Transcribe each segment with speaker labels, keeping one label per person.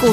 Speaker 1: 股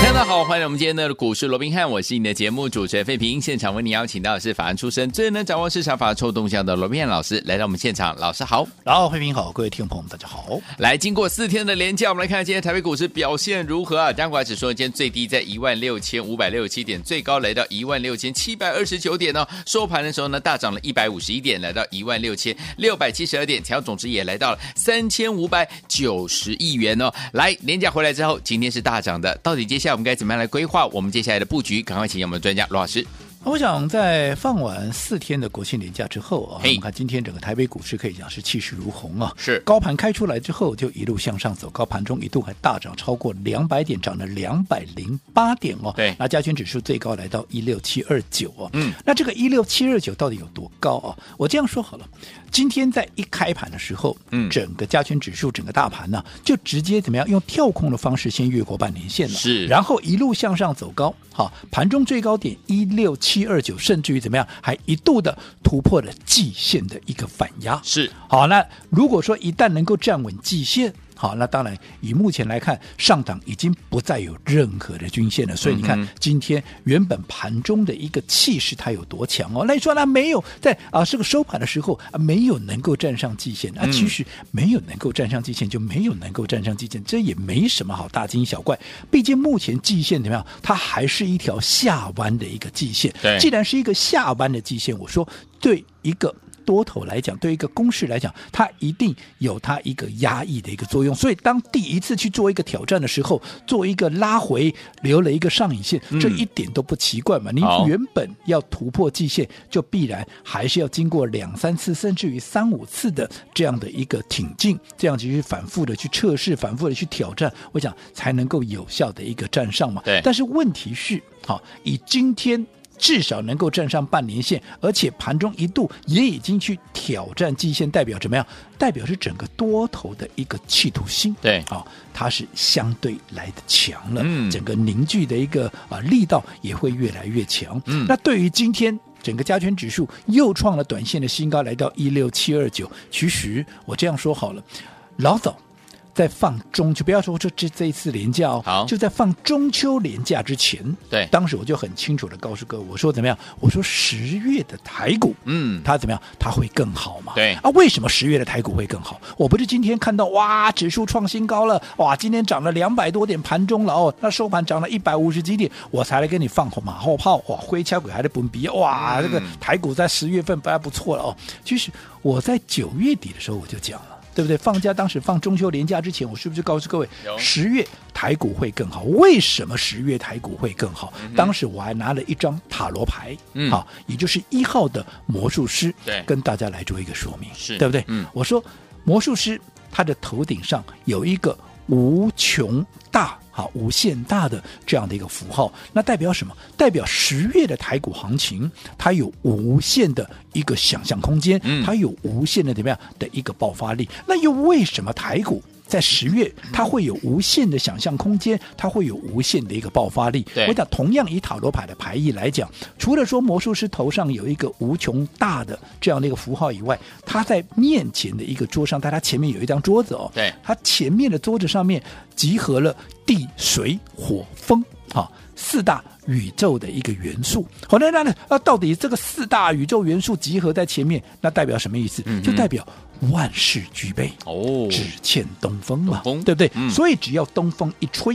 Speaker 2: 大家好，欢迎我们今天的股市罗宾汉，我是你的节目主持人费平。现场为你邀请到的是法案出身、最能掌握市场法臭动向的罗宾汉老师来到我们现场，老师好。
Speaker 3: 然后，慧平好，各位听众朋友们，大家好。
Speaker 2: 来，经过四天的连假，我们来看今天台北股市表现如何啊？加权指数今天最低在一万六千五百六十七点，最高来到一万六千七百二十九点呢、哦。收盘的时候呢，大涨了一百五十一点，来到一万六千六百七十二点，成交总值也来到了三千五百九十亿元哦。来，连假回来之后，今天是大涨的，到底接下来我们该怎么样来规划我们接下来的布局？赶快请我们的专家罗老师。
Speaker 3: 那我想在放完四天的国庆连假之后啊，我
Speaker 2: 嘿
Speaker 3: 们看今天整个台北股市可以讲是气势如虹啊，
Speaker 2: 是
Speaker 3: 高盘开出来之后就一路向上走，高盘中一度还大涨超过两百点，涨了两百零八点哦。
Speaker 2: 对
Speaker 3: 那加权指数最高来到一六七二九哦。
Speaker 2: 嗯，
Speaker 3: 那这个一六七二九到底有多高啊？我这样说好了，今天在一开盘的时候，
Speaker 2: 嗯
Speaker 3: 整个加权指数整个大盘呢、就直接怎么样用跳空的方式先越过半年线了，
Speaker 2: 是
Speaker 3: 然后一路向上走高，好，盘中最高点一六七二九，甚至于怎么样，还一度的突破了季线的一个反压，
Speaker 2: 是
Speaker 3: 好，那如果说一旦能够站稳季线，好，那当然以目前来看，上档已经不再有任何的均线了。所以你看，
Speaker 2: 嗯哼
Speaker 3: 今天原本盘中的一个气势它有多强哦？那你说它没有在啊这个收盘的时候、啊、没有能够站上季线啊？
Speaker 2: 嗯
Speaker 3: 其实没有能够站上季线就没有能够站上季线，这也没什么好大惊小怪。毕竟目前季线怎么样？它还是一条下弯的一个季线。
Speaker 2: 对
Speaker 3: 既然是一个下弯的季线，我说对一个。多头来讲，对一个公式来讲，它一定有它一个压抑的一个作用。所以，当第一次去做一个挑战的时候，做一个拉回，留了一个上影线，
Speaker 2: 嗯
Speaker 3: 这一点都不奇怪嘛。你
Speaker 2: 好
Speaker 3: 原本要突破季线，就必然还是要经过两三次，甚至于三五次的这样的一个挺进，这样去反复的去测试，反复的去挑战，我想才能够有效的一个站上嘛。
Speaker 2: 对
Speaker 3: 但是问题是，好，以今天。至少能够站上半年线，而且盘中一度也已经去挑战季线，代表怎么样？代表是整个多头的一个企图心。
Speaker 2: 对
Speaker 3: 啊、它是相对来的强了，
Speaker 2: 嗯
Speaker 3: 整个凝聚的一个啊、力道也会越来越强。
Speaker 2: 嗯
Speaker 3: 那对于今天。整个加权指数又创了短线的新高，来到一六七二九。其实我这样说好了，老早在放中秋，不要说这这这一次连假哦，
Speaker 2: 好
Speaker 3: 就在放中秋连假之前，
Speaker 2: 对
Speaker 3: 当时我就很清楚的告诉各位，我说怎么样？我说十月的台股，
Speaker 2: 嗯
Speaker 3: 它怎么样？它会更好嘛？
Speaker 2: 对
Speaker 3: 啊，为什么十月的台股会更好？我不是今天看到哇，指数创新高了，哇，今天涨了两百多点，盘中了哦，那收盘涨了一百五十几点，我才来跟你放马后炮，哇，灰敲鬼还在蹦鼻，哇，
Speaker 2: 嗯
Speaker 3: 这个台股在十月份本来不错了哦。其实我在九月底的时候我就讲了。对不对？放假当时放中秋连假之前，我是不是就告诉各位
Speaker 2: 有，
Speaker 3: 十月台股会更好？为什么十月台股会更好？当时我还拿了一张塔罗牌，
Speaker 2: 嗯
Speaker 3: 好，也就是一号的魔术师，
Speaker 2: 对
Speaker 3: 跟大家来做一个说明，
Speaker 2: 是
Speaker 3: 对不对？
Speaker 2: 嗯
Speaker 3: 我说魔术师他的头顶上有一个无穷大。好，无限大的这样的一个符号，那代表什么？代表十月的台股行情，它有无限的一个想象空间，
Speaker 2: 嗯
Speaker 3: 它有无限的怎么样的一个爆发力？那又为什么台股在十月它会有无限的想象空间，它会有无限的一个爆发力？
Speaker 2: 对
Speaker 3: 我讲同样以塔罗牌的牌意来讲，除了说魔术师头上有一个无穷大的这样的一个符号以外，他在面前的一个桌上，在他前面有一张桌子哦，
Speaker 2: 对
Speaker 3: 他前面的桌子上面集合了地、水、火、风，哈、四大宇宙的一个元素。好，那那那那到底这个四大宇宙元素集合在前面，那代表什么意思？
Speaker 2: 嗯哼
Speaker 3: 就代表万事俱备。
Speaker 2: 哦
Speaker 3: 只欠东风嘛，
Speaker 2: 东风
Speaker 3: 对不对？
Speaker 2: 嗯
Speaker 3: 所以只要东风一吹，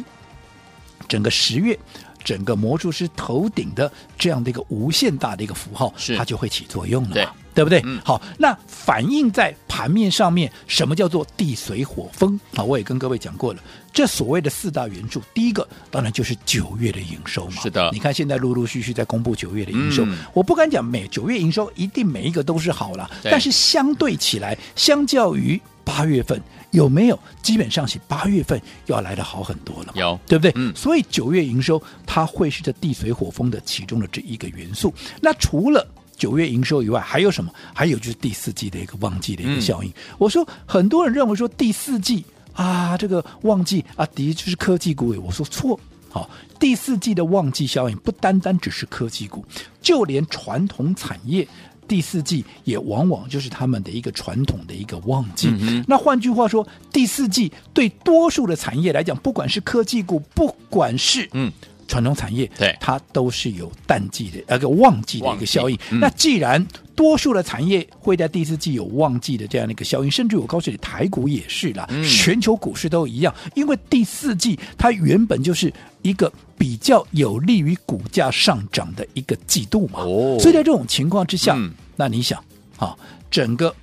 Speaker 3: 整个十月。整个魔术师头顶的这样的一个无限大的一个符号
Speaker 2: 是，
Speaker 3: 它就会起作用了嘛，
Speaker 2: 对
Speaker 3: 不对、
Speaker 2: 嗯
Speaker 3: 好，那反映在盘面上面，什么叫做地水火风啊？我也跟各位讲过了，这所谓的四大元素，第一个当然就是九月的营收嘛。
Speaker 2: 是的
Speaker 3: 你看现在陆陆续续在公布九月的营收，
Speaker 2: 嗯
Speaker 3: 我不敢讲每九月营收一定每一个都是好了，
Speaker 2: 对
Speaker 3: 但是相对起来，相较于八月份，有没有基本上是八月份要来的好很多了嘛？
Speaker 2: 有
Speaker 3: 对不对？
Speaker 2: 嗯
Speaker 3: 所以九月营收它会是这地水火风的其中的这一个元素。那除了九月营收以外，还有什么？还有就是第四季的一个旺季的一
Speaker 2: 嗯
Speaker 3: 个效应。我说，很多人认为说第四季啊，这个旺季啊，的确是科技股。我说错。好，第四季的旺季效应不单单只是科技股，就连传统产业第四季也往往就是他们的一个传统的一个旺季。
Speaker 2: 嗯哼
Speaker 3: 那换句话说，第四季对多数的产业来讲，不管是科技股，不管是
Speaker 2: 嗯
Speaker 3: 传统产业，
Speaker 2: 对
Speaker 3: 它都是有淡季的呃个旺季的一个效应
Speaker 2: 旺。季嗯
Speaker 3: 那既然多数的产业会在第四季有旺季的这样的一个效应，甚至我告诉你，台股也是啦，
Speaker 2: 嗯
Speaker 3: 全球股市都一样，因为第四季它原本就是一个比较有利于股价上涨的一个季度嘛，
Speaker 2: 哦
Speaker 3: 所以在这种情况之下，
Speaker 2: 嗯
Speaker 3: 那你想啊，整个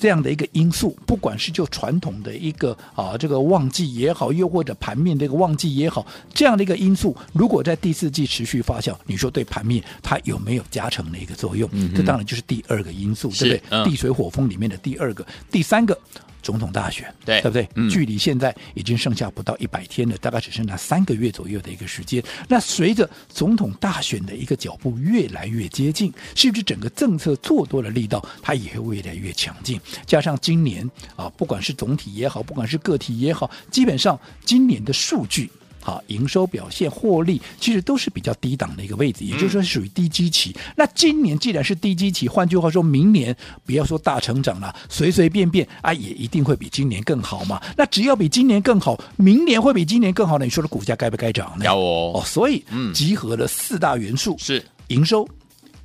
Speaker 3: 这样的一个因素，不管是就传统的一个啊这个旺季也好，又或者盘面这个旺季也好，这样的一个因素，如果在第四季持续发酵，你说对盘面它有没有加成的一个作用？
Speaker 2: 嗯哼
Speaker 3: 这当然就是第二个因素，
Speaker 2: 是
Speaker 3: 对不对？
Speaker 2: 嗯
Speaker 3: 地水火风里面的第二个、第三个。总统大选，
Speaker 2: 对
Speaker 3: 对不对？
Speaker 2: 嗯
Speaker 3: 距离现在已经剩下不到一百天了，大概只剩下三个月左右的一个时间。那随着总统大选的一个脚步越来越接近，是不是整个政策做多的力道它也会越来越强劲？加上今年啊，不管是总体也好，不管是个体也好，基本上今年的数据。好，营收表现、获利其实都是比较低档的一个位
Speaker 2: 嗯
Speaker 3: 置，也就是说属于低基期。那今年既然是低基期，换句话说，明年不要说大成长了，随随便便啊，也一定会比今年更好嘛。那只要比今年更好，明年会比今年更好呢？你说的股价该不该涨呢？
Speaker 2: 要哦
Speaker 3: 哦，所以
Speaker 2: 嗯
Speaker 3: 集合了四大元素：
Speaker 2: 是
Speaker 3: 营收、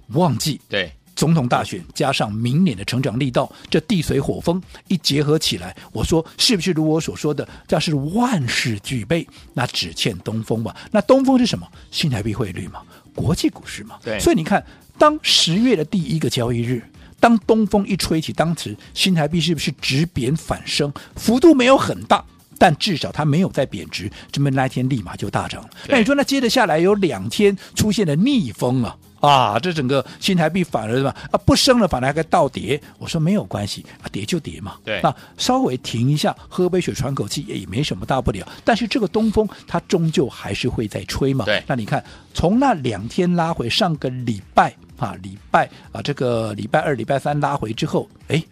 Speaker 3: 旺季、
Speaker 2: 对，
Speaker 3: 总统大选加上明年的成长力道，这地水火风一结合起来，我说是不是如我所说的，这是万事俱备，那只欠东风吧？那东风是什么？新台币汇率嘛，国际股市嘛。
Speaker 2: 对
Speaker 3: 所以你看，当十月的第一个交易日。当东风一吹起，当时新台币是不是直贬反升？幅度没有很大，但至少它没有在贬值，这么那一天立马就大涨了。
Speaker 2: 对
Speaker 3: 那你说，那接着下来有两天出现了逆风啊啊！这整个新台币反而什么啊不升了，反而还倒跌。我说没有关系啊，跌就跌嘛。
Speaker 2: 对
Speaker 3: 那稍微停一下，喝杯水，喘口气也也没什么大不了。但是这个东风它终究还是会在吹嘛。
Speaker 2: 对
Speaker 3: 那你看从那两天拉回上个礼拜啊，礼拜啊这个礼拜二、礼拜三拉回之后，哎。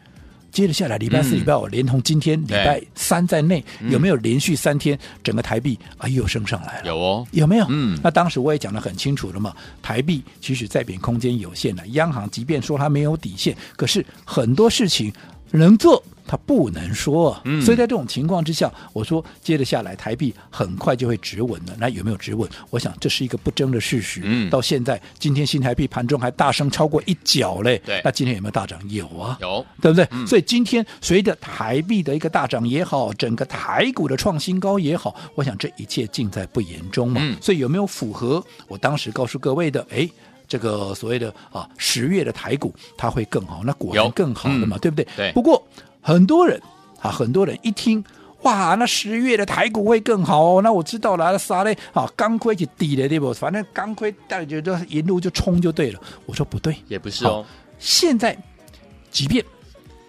Speaker 3: 接着下来，礼拜四、
Speaker 2: 嗯
Speaker 3: 礼拜五，连同今天礼拜三在内，有没有连续三天整个台币啊又升上来了？
Speaker 2: 有哦，
Speaker 3: 有没有？
Speaker 2: 嗯
Speaker 3: 那当时我也讲得很清楚了嘛，台币其实再贬空间有限了，央行即便说它没有底线，可是很多事情能做。它不能说、啊，
Speaker 2: 嗯
Speaker 3: 所以在这种情况之下，我说接着下来台币很快就会止稳了。那有没有止稳？我想这是一个不争的事实。
Speaker 2: 嗯
Speaker 3: 到现在今天新台币盘中还大升超过一角嘞。
Speaker 2: 对
Speaker 3: 那今天有没有大涨？有啊，
Speaker 2: 有，
Speaker 3: 对不对？
Speaker 2: 嗯
Speaker 3: 所以今天随着台币的一个大涨也好，整个台股的创新高也好，我想这一切尽在不言中嘛。
Speaker 2: 嗯
Speaker 3: 所以有没有符合我当时告诉各位的？哎。这个所谓的啊，十月的台股它会更好，那果
Speaker 2: 有
Speaker 3: 然更好了嘛，
Speaker 2: 嗯
Speaker 3: 对不对？
Speaker 2: 对
Speaker 3: 不过很多人啊，很多人一听，哇，那十月的台股会更好哦，那我知道了，那啥嘞？啊，钢盔就低了，对不？反正钢盔带着就一路就冲就对了。我说不对，
Speaker 2: 也不是哦，
Speaker 3: 现在即便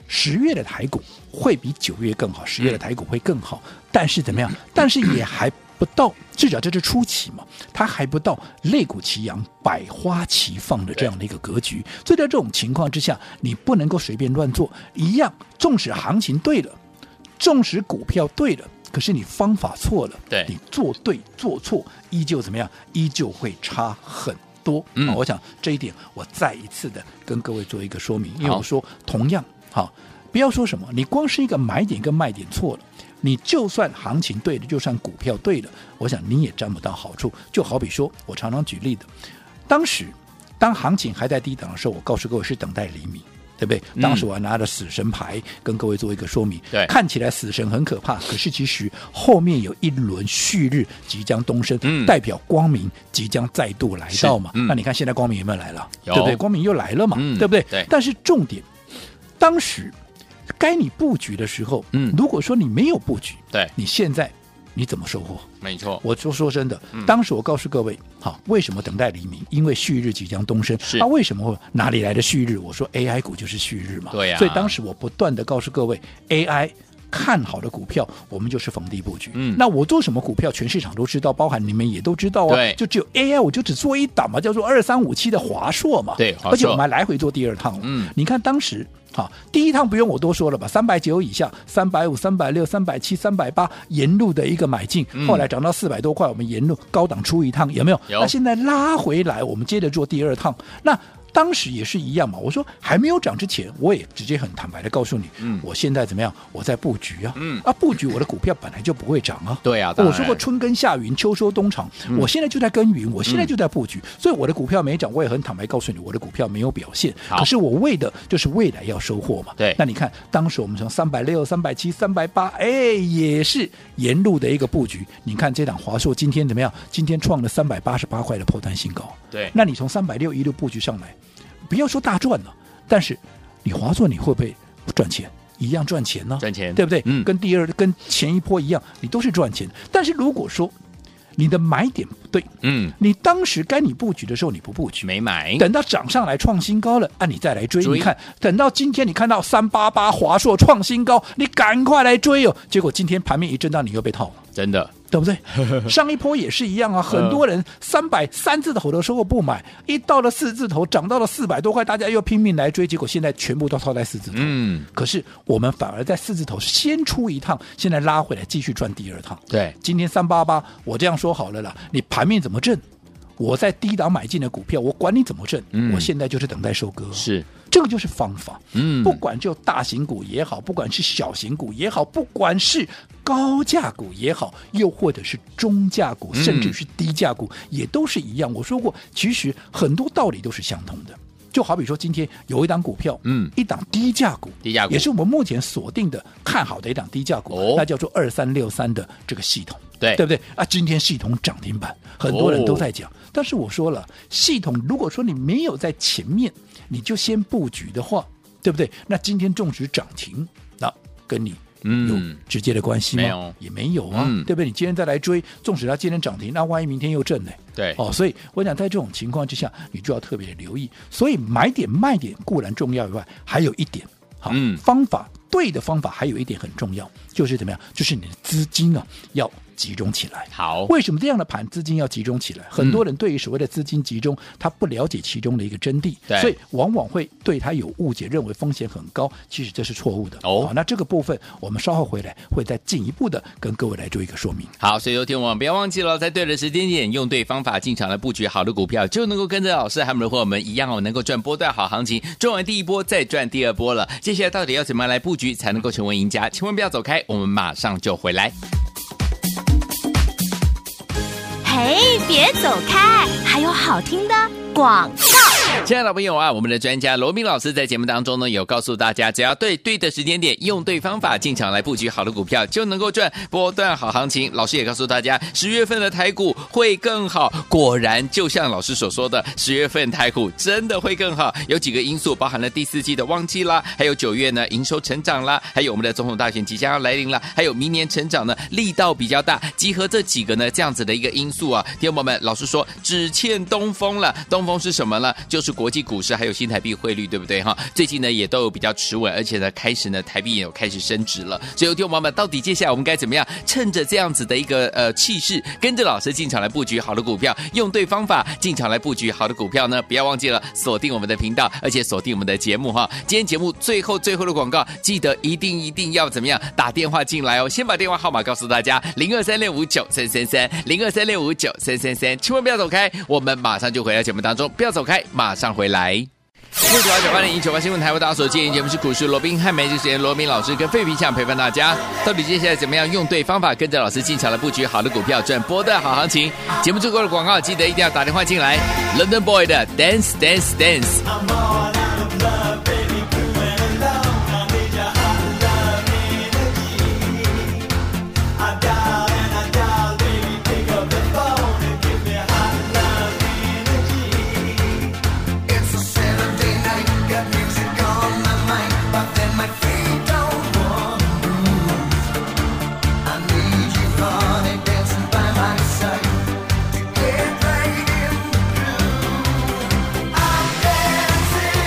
Speaker 3: 十月的台股会比九月更好，十月的台股会更好，但是怎么样？但是也还不到，至少这是初期嘛，它还不到肋骨齐扬、百花齐放的这样的一个格局。所以在这种情况之下，你不能够随便乱做，一样，纵使行情对了，纵使股票对了。可是你方法错了，
Speaker 2: 对
Speaker 3: 你做对做错，依旧怎么样？依旧会差很多。啊
Speaker 2: 嗯
Speaker 3: 好我想这一点，我再一次的跟各位做一个说明。因为
Speaker 2: 好
Speaker 3: 我说同样好，不要说什么，你光是一个买点跟卖点错了。你就算行情对了，就算股票对了，我想你也沾不到好处。就好比说，我常常举例的，当时当行情还在低档的时候，我告诉各位是等待黎明，对不
Speaker 2: 嗯
Speaker 3: 对？当时我还拿着死神牌跟各位做一个说明。
Speaker 2: 对
Speaker 3: 看起来死神很可怕，可是其实后面有一轮旭日即将东升，
Speaker 2: 嗯
Speaker 3: 代表光明即将再度来到嘛。
Speaker 2: 是嗯
Speaker 3: 那你看现在光明有没有来了？
Speaker 2: 有
Speaker 3: 对不对？光明又来了嘛，
Speaker 2: 嗯
Speaker 3: 对不对？
Speaker 2: 对
Speaker 3: 但是重点，当时该你布局的时候，
Speaker 2: 嗯
Speaker 3: 如果说你没有布局，
Speaker 2: 对，
Speaker 3: 你现在你怎么收获？
Speaker 2: 没错，
Speaker 3: 我说说真的
Speaker 2: 嗯，
Speaker 3: 当时我告诉各位，好，为什么等待黎明？因为旭日即将东升。
Speaker 2: 是
Speaker 3: 啊，为什么会哪里来的旭日？我说 AI 股就是旭日嘛。
Speaker 2: 对呀
Speaker 3: 所以当时我不断的告诉各位，AI 看好的股票，我们就是逢低布局。
Speaker 2: 嗯
Speaker 3: 那我做什么股票，全市场都知道，包含你们也都知道啊。
Speaker 2: 对
Speaker 3: 就只有 AI，我就只做一档嘛，叫做二三五七的华硕嘛。
Speaker 2: 对华硕
Speaker 3: 而且我们还来回做第二趟。
Speaker 2: 嗯，
Speaker 3: 你看当时。好，第一趟不用我多说了吧，三百九以下，三百五、三百六、三百七、三百八，沿路的一个买进，
Speaker 2: 嗯
Speaker 3: 后来涨到四百多块，我们沿路高档出一趟，有没有？
Speaker 2: 有
Speaker 3: 那现在拉回来，我们接着做第二趟。那当时也是一样嘛，我说还没有涨之前，我也直接很坦白的告诉你，
Speaker 2: 嗯
Speaker 3: 我现在怎么样？我在布局啊，
Speaker 2: 嗯
Speaker 3: 啊，布局我的股票本来就不会涨啊，
Speaker 2: 对啊当
Speaker 3: 我
Speaker 2: 然嗯
Speaker 3: 说过春耕夏耘，秋收冬藏，我现在就在耕耘，我现在就在布局，所以我的股票没涨，我也很坦白告诉你，我的股票没有表现，
Speaker 2: 好
Speaker 3: 可是我为的就是未来要收获嘛。
Speaker 2: 对
Speaker 3: 那你看当时我们从三百六、三百七、三百八，哎，也是沿路的一个布局。你看这档华硕今天怎么样？今天创了三百八十八块的破单新高。
Speaker 2: 对
Speaker 3: 那你从三百六一路布局上来，不要说大赚了，但是你华硕你会不会赚钱？一样赚钱呢、
Speaker 2: 赚钱
Speaker 3: 对不对？
Speaker 2: 嗯
Speaker 3: 跟第二跟前一波一样，你都是赚钱。但是如果说你的买点不对，
Speaker 2: 嗯，
Speaker 3: 你当时该你布局的时候你不布局，
Speaker 2: 没买，
Speaker 3: 等到涨上来创新高了，啊，你再来追。
Speaker 2: 追
Speaker 3: 你看，等到今天你看到三八八华硕创新高，你赶快来追哦。结果今天盘面一震荡，你又被套了。
Speaker 2: 真的
Speaker 3: 对不对？ 上一波也是一
Speaker 2: 嗯
Speaker 3: 样啊，很多人三百三字头的时候不买，一到了四字头涨到了四百多块，大家又拼命来追，结果现在全部都套在四字头。
Speaker 2: 嗯，
Speaker 3: 可是我们反而在四字头先出一趟，现在拉回来继续赚第二趟。
Speaker 2: 对，
Speaker 3: 今天三八八，我这样说好了啦，你盘面怎么挣？我在低档买进的股票，我管你怎么挣，
Speaker 2: 嗯
Speaker 3: 我现在就是等待收割。
Speaker 2: 是，
Speaker 3: 这个就是方法。
Speaker 2: 嗯
Speaker 3: 不管就大型股也好，不管是小型股也好，不管是高价股也好，又或者是中价股，
Speaker 2: 嗯
Speaker 3: 甚至是低价股，嗯也都是一样。我说过，其实很多道理都是相同的。就好比说，今天有一档股票，
Speaker 2: 嗯
Speaker 3: 一档低价股，
Speaker 2: 低价股
Speaker 3: 也是我们目前锁定的看好的一档低价股，
Speaker 2: 哦
Speaker 3: 那叫做二三六三的这个系统，
Speaker 2: 对
Speaker 3: 对不对？啊，今天系统涨停板，很多人
Speaker 2: 哦
Speaker 3: 都在讲，但是我说了，系统如果说你没有在前面，你就先布局的话，对不对？那今天纵使涨停，那跟你。有
Speaker 2: 嗯
Speaker 3: 直接的关系吗？
Speaker 2: 没有
Speaker 3: 也没有啊，
Speaker 2: 嗯
Speaker 3: 对不对？你今天再来追，纵使它今天涨停，那万一明天又震呢？
Speaker 2: 对，
Speaker 3: 哦，所以我想在这种情况之下，你就要特别留意。所以买点卖点固然重要以外，还有一点，好、
Speaker 2: 嗯
Speaker 3: 方法对的方法还有一点很重要，就是怎么样？就是你的资金啊要集中起来。
Speaker 2: 好，
Speaker 3: 为什么这样的盘资金要集中起来？很
Speaker 2: 嗯
Speaker 3: 多人对于所谓的资金集中，他不了解其中的一个真谛
Speaker 2: 对，
Speaker 3: 所以往往会对他有误解，认为风险很高，其实这是错误的。
Speaker 2: 哦
Speaker 3: 好那这个部分我们稍后回来会再进一步的跟各位来做一个说明。
Speaker 2: 好，所以有听我们不要忘记了，在对的时间点用对方法进场来布局好的股票，就能够跟着老师还有我们的伙伴们一样哦，能够赚波段好行情，赚完第一波再赚第二波了。接下来到底要怎么样来布局才能够成为赢家？千万不要走开，我们马上就回来。
Speaker 1: 嘿，别走开，还有好听的广告。
Speaker 2: 亲爱的朋友啊，我们的专家罗明老师在节目当中呢，有告诉大家，只要对对的时间点，用对方法进场来布局好的股票，就能够赚波段好行情。老师也告诉大家，十月份的台股会更好。果然，就像老师所说的，十月份台股真的会更好。有几个因素包含了第四季的旺季啦，还有九月呢营收成长啦，还有我们的总统大选即将要来临啦，还有明年成长呢力道比较大。集合这几个呢这样子的一个因素啊，听众朋友们，老师说只欠东风了。东风是什么呢？就是国际股市还有新台币汇率，对不对哈？最近呢也都有比较持稳，而且呢开始呢台币也有开始升值了。所以，听众朋友们，到底接下来我们该怎么样？趁着这样子的一个呃气势，跟着老师进场来布局好的股票，用对方法进场来布局好的股票呢？不要忘记了锁定我们的频道，而且锁定我们的节目哈。今天节目最后最后的广告，记得一定一定要怎么样打电话进来哦，先把电话号码告诉大家：零二三六五九三三三，零二三六五九三三三，千万不要走开，我们马上就回到节目当中，不要走开，马上回来。六九八九八零一九八新闻台，为大家所进行节目是股市罗宾汉梅主持人罗宾老师跟费皮想陪伴大家。到底接下来怎么样用对方法，跟着老师进场来布局好的股票，赚波段好行情？节目最后的广告，记得一定要打电话进来。London Boy 的 Dance Dance Dance。
Speaker 4: It's a Saturday night, got music on my mind, but then my feet don't want to move. I need you, honey, dancing by my side to get right in the groove. I'm dancing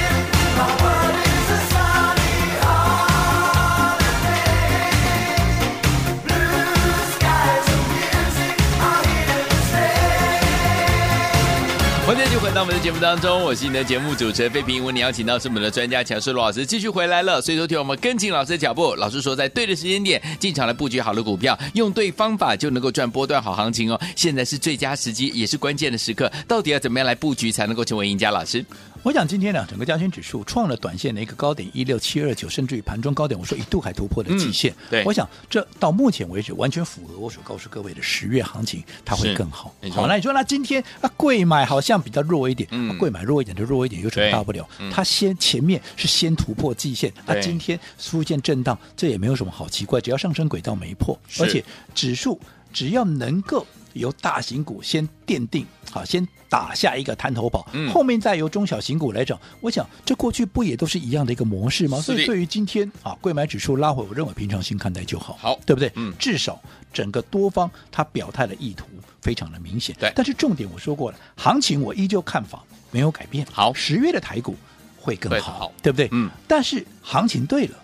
Speaker 2: 欢迎继续回到我们的节目当中，我是你的节目主持人费平。为你邀请到是我们的专家强势罗老师继续回来了，所以说听我们跟进老师的脚步。老师说，在对的时间点进场来布局好的股票，用对方法就能够赚波段好行情哦。现在是最佳时机，也是关键的时刻，到底要怎么样来布局才能够成为赢家？老师，
Speaker 3: 我想今天呢，整个加权指数创了短线的一个高点一六七二九，甚至于盘中高点，我说一度还突破了极限。
Speaker 2: 嗯对
Speaker 3: 我想这到目前为止完全符合我所告诉各位的十月行情，它会
Speaker 2: 是
Speaker 3: 更好
Speaker 2: 没。错
Speaker 3: 好，那你说那今天啊贵买好像比较弱一点，
Speaker 2: 嗯
Speaker 3: 啊贵买弱一点就弱一点，有什么
Speaker 2: 对
Speaker 3: 大不了？
Speaker 2: 嗯
Speaker 3: 它先前面是先突破季线，那
Speaker 2: 对
Speaker 3: 今天出现震荡，这也没有什么好奇怪，只要上升轨道没破，
Speaker 2: 是
Speaker 3: 而且指数只要能够由大型股先奠定，好，先打下一个滩头堡，
Speaker 2: 嗯
Speaker 3: 后面再由中小型股来涨。我想这过去不也都是一样的一个模式吗？
Speaker 2: 是
Speaker 3: 所
Speaker 2: 的
Speaker 3: 以对于今天啊，贵买指数拉回，我认为平常心看待就好，
Speaker 2: 好
Speaker 3: 对不对？
Speaker 2: 嗯
Speaker 3: 至少整个多方它表态的意图非常的明显。
Speaker 2: 对
Speaker 3: 但是重点我说过了，行情我依旧看法没有改变。
Speaker 2: 好
Speaker 3: 十月的台股会更
Speaker 2: 会
Speaker 3: 好，
Speaker 2: 好
Speaker 3: 对不对？
Speaker 2: 嗯。
Speaker 3: 但是行情对了。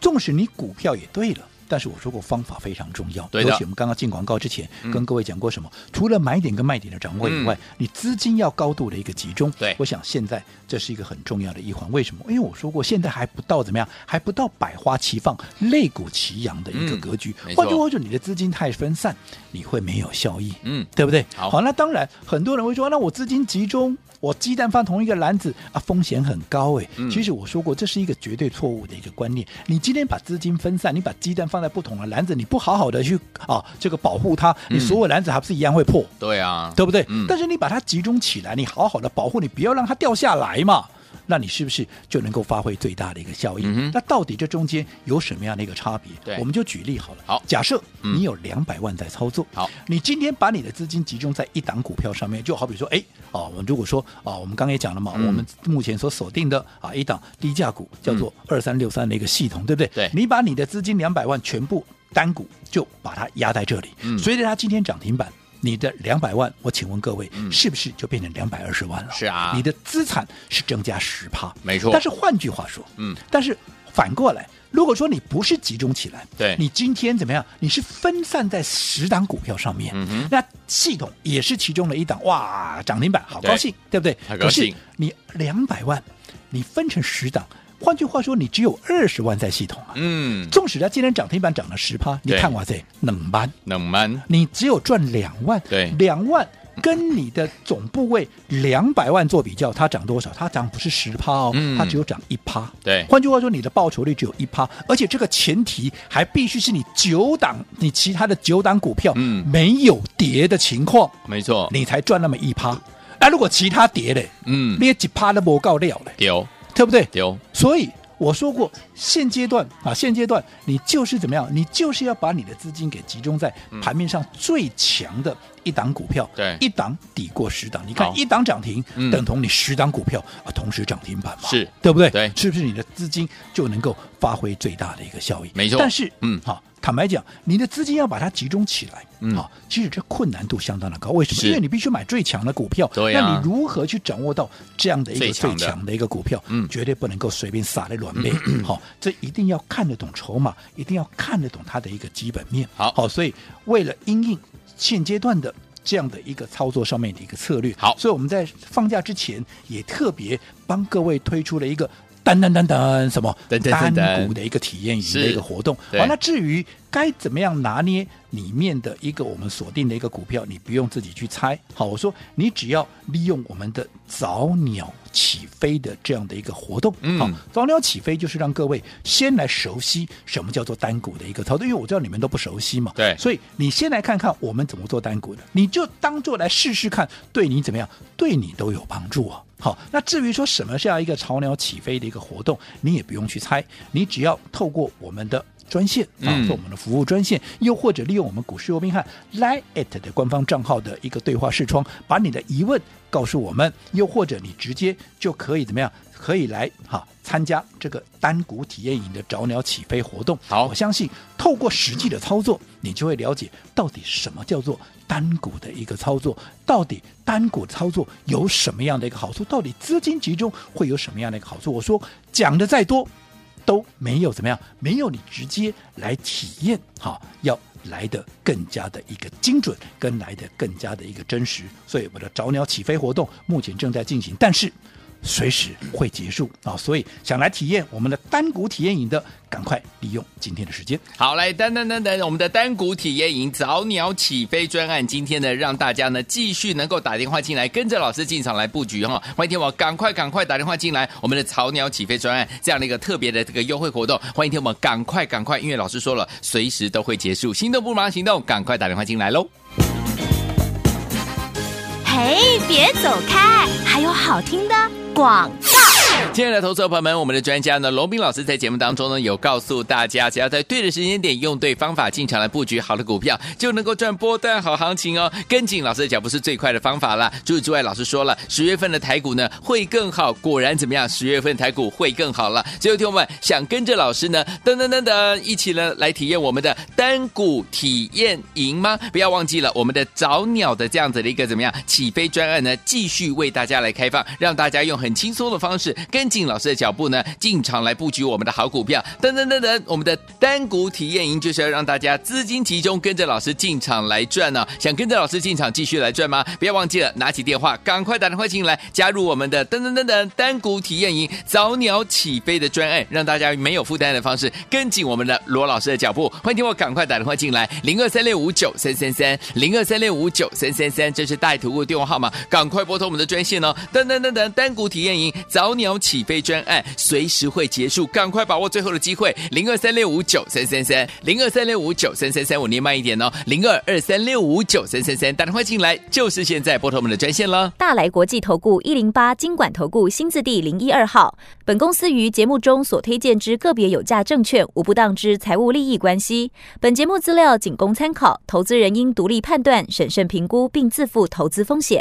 Speaker 3: 纵使你股票也对了，但是我说过方法非常重要。
Speaker 2: 对的嗯
Speaker 3: 尤其我们刚刚进广告之前、跟各位讲过什么？除了买点跟卖点的掌握以外，你资金要高度的一个集中。
Speaker 2: 对
Speaker 3: 我想现在这是一个很重要的一环。为什么？因为我说过，现在还不到怎么样，还不到百花齐放、肋骨齐扬的一个
Speaker 2: 嗯
Speaker 3: 格局。
Speaker 2: 没错
Speaker 3: 换句话说，你的资金太分散，你会没有效益。
Speaker 2: 嗯
Speaker 3: 对不对？
Speaker 2: 好
Speaker 3: 那当然，很多人会说，那我资金集中，我鸡蛋放同一个篮子啊，风险很高哎。
Speaker 2: 嗯
Speaker 3: 其实我说过，这是一个绝对错误的一个观念。你今天把资金分散，你把鸡蛋放在不同的篮子，你不好好的去啊这个保护它，
Speaker 2: 嗯
Speaker 3: 你所有篮子还不是一样会破，
Speaker 2: 对啊，
Speaker 3: 对不对？
Speaker 2: 嗯
Speaker 3: 但是你把它集中起来，你好好的保护，你不要让它掉下来嘛。那你是不是就能够发挥最大的一个效益？
Speaker 2: 嗯哼
Speaker 3: 那到底这中间有什么样的一个差别？
Speaker 2: 对
Speaker 3: 我们就举例好了。
Speaker 2: 好
Speaker 3: 假设
Speaker 2: 嗯
Speaker 3: 你有两百万在操作，
Speaker 2: 好，
Speaker 3: 你今天把你的资金集中在一档股票上面，就好比说，哎，哦，我们如果说啊、我们刚刚也讲了嘛，
Speaker 2: 嗯
Speaker 3: 我们目前所锁定的啊一档低价股叫做
Speaker 2: 嗯
Speaker 3: 二三六三的一个系统，对不对？
Speaker 2: 对
Speaker 3: 你把你的资金两百万全部单股就把它压在这里，
Speaker 2: 嗯
Speaker 3: 随着它今天涨停板。你的两百万，我请问各位，
Speaker 2: 嗯
Speaker 3: 是不是就变成两百二十万了？
Speaker 2: 是啊
Speaker 3: 你的资产是增加十趴，
Speaker 2: 没错
Speaker 3: 但是换句话说，
Speaker 2: 嗯，
Speaker 3: 但是反过来，如果说你不是集中起来，
Speaker 2: 对
Speaker 3: 你今天怎么样？你是分散在十档股票上面，
Speaker 2: 嗯哼
Speaker 3: 那系统也是其中的一档，哇，涨停板，好
Speaker 2: 对
Speaker 3: 高兴，对不对？
Speaker 2: 很高
Speaker 3: 可是
Speaker 2: 兴
Speaker 3: 你两百万，你分成十档，换句话说，你只有二十万在系统啊。
Speaker 2: 嗯，
Speaker 3: 纵使它今天涨停板涨了十趴，你
Speaker 2: 对
Speaker 3: 看哇塞，冷班，
Speaker 2: 冷门，
Speaker 3: 你只有赚两万，
Speaker 2: 对
Speaker 3: 两万。跟你的总部位两百万做比较，它涨多少？它涨不是十趴哦，
Speaker 2: 嗯
Speaker 3: 它只有涨一趴。
Speaker 2: 对
Speaker 3: 换句话说，你的报酬率只有一趴，而且这个前提还必须是你九档，你其他的九档股票
Speaker 2: 嗯
Speaker 3: 没有跌的情况，
Speaker 2: 没错，
Speaker 3: 你才赚那么一趴。那如果其他跌嘞，
Speaker 2: 嗯，
Speaker 3: 你也几趴都不够料嘞，
Speaker 2: 丢
Speaker 3: 对不对？
Speaker 2: 丢，
Speaker 3: 所以我说过，现阶段啊，现阶段你就是怎么样，你就是要把你的资金给集中在盘面上最强的一档股票，
Speaker 2: 对
Speaker 3: 一档抵过十档。你看
Speaker 2: 好，
Speaker 3: 一档涨停、
Speaker 2: 嗯
Speaker 3: 等同你十档股票啊，同时涨停板嘛，
Speaker 2: 是
Speaker 3: 对不对？
Speaker 2: 对
Speaker 3: 是不是你的资金就能够发挥最大的一个效益？
Speaker 2: 没错
Speaker 3: 但是，
Speaker 2: 嗯
Speaker 3: 好、坦白讲，你的资金要把它集中起来，
Speaker 2: 嗯
Speaker 3: 好、其实这困难度相当的高。为什么？
Speaker 2: 是
Speaker 3: 因为你必须买最强的股票。
Speaker 2: 对呀
Speaker 3: 那你如何去掌握到这样的一
Speaker 2: 最
Speaker 3: 个最
Speaker 2: 强的
Speaker 3: 强的一个股票？
Speaker 2: 嗯
Speaker 3: 绝对不能够随便撒在软 肋。好、这一定要看得懂筹码，一定要看得懂它的一个基本面。
Speaker 2: 好
Speaker 3: 好、所以为了因应现阶段的。这样的一个操作上面的一个策略，
Speaker 2: 好
Speaker 3: 所以我们在放假之前也特别帮各位推出了一个单单单单什么
Speaker 2: 噔噔噔噔
Speaker 3: 单股的一个体验营的一
Speaker 2: 是
Speaker 3: 个活动。
Speaker 2: 对
Speaker 3: 好，那至于该怎么样拿捏里面的一个我们锁定的一个股票，你不用自己去猜。好，我说你只要利用我们的早鸟起飞的这样的一个活动，
Speaker 2: 嗯
Speaker 3: 好，早鸟起飞就是让各位先来熟悉什么叫做单股的一个操作，因为我知道你们都不熟悉嘛，
Speaker 2: 对
Speaker 3: 所以你先来看看我们怎么做单股的，你就当做来试试看，对你怎么样，对你都有帮助啊。好，那至于说什么是要一个潮鸟起飞的一个活动，你也不用去猜，你只要透过我们的专线啊，
Speaker 2: 嗯
Speaker 3: 做我们的服务专线，又或者利用我们股市罗宾汉 Line at 的官方账号的一个对话视窗，把你的疑问告诉我们，又或者你直接就可以怎么样，可以来哈参加这个单股体验营的早鸟起飞活动。
Speaker 2: 好
Speaker 3: 我相信透过实际的操作，你就会了解到底什么叫做单股的一个操作，到底单股操作有什么样的一个好处，到底资金集中会有什么样的一个好处。我说讲的再多。都没有怎么样，没有你直接来体验哈，要来的更加的一个精准，跟来的更加的一个真实。所以我们的早鸟起飞活动目前正在进行，但是。随时会结束啊、所以想来体验我们的单股体验营的，赶快利用今天的时间。
Speaker 2: 好，来，等等等等，我们的单股体验营早鸟起飞专案，今天呢，让大家呢继续能够打电话进来，跟着老师进场来布局哈。欢迎天王，赶快赶快打电话进来，我们的早鸟起飞专案这样的一个特别的这个优惠活动，欢迎天王赶快赶快，因为老师说了，随时都会结束，心动不如马上行动，赶快打电话进来喽。
Speaker 1: 嘿，别走开，还有好听的广告。
Speaker 2: 亲爱的投资者朋友们，我们的专家呢，龙斌老师在节目当中呢，有告诉大家，只要在对的时间点，用对方法进场来布局好的股票，就能够赚波段好行情哦。跟紧老师的脚步是最快的方法啦。除此之外，老师说了，十月份的台股呢会更好，果然怎么样？十月份台股会更好了。所以，听我们想跟着老师呢，噔噔噔噔，一起呢来体验我们的单股体验营吗？不要忘记了，我们的早鸟的这样子的一个怎么样起飞专案呢，继续为大家来开放，让大家用很轻松的方式跟紧老师的脚步呢，进场来布局我们的好股票。等等等等，我们的单股体验营就是要让大家资金集中，跟着老师进场来赚呢、想跟着老师进场继续来赚吗？不要忘记了，拿起电话，赶快打电话进来，加入我们的等等等等单股体验营早鸟起飞的专案，让大家没有负担的方式跟紧我们的罗老师的脚步。欢迎听我赶快打电话进来，零二三六五九三三三，零二三六五九三三三，这是大图的电话号码，赶快拨通我们的专线哦。等等等等，单股体验营早鸟起飞专案随时会结束，赶快把握最后的机会，零二三六五九三三三，零二三六五九三三三，我念慢一点哦，零二二三六五九三三三，打电话进来就是现在，拨通我们的专线了。
Speaker 5: 大来国际投顾一零八金管投顾新字第零一二号。本公司于节目中所推荐之个别有价证券，无不当之财务利益关系。本节目资料仅供参考，投资人应独立判断、审慎评估，并自负投资风险。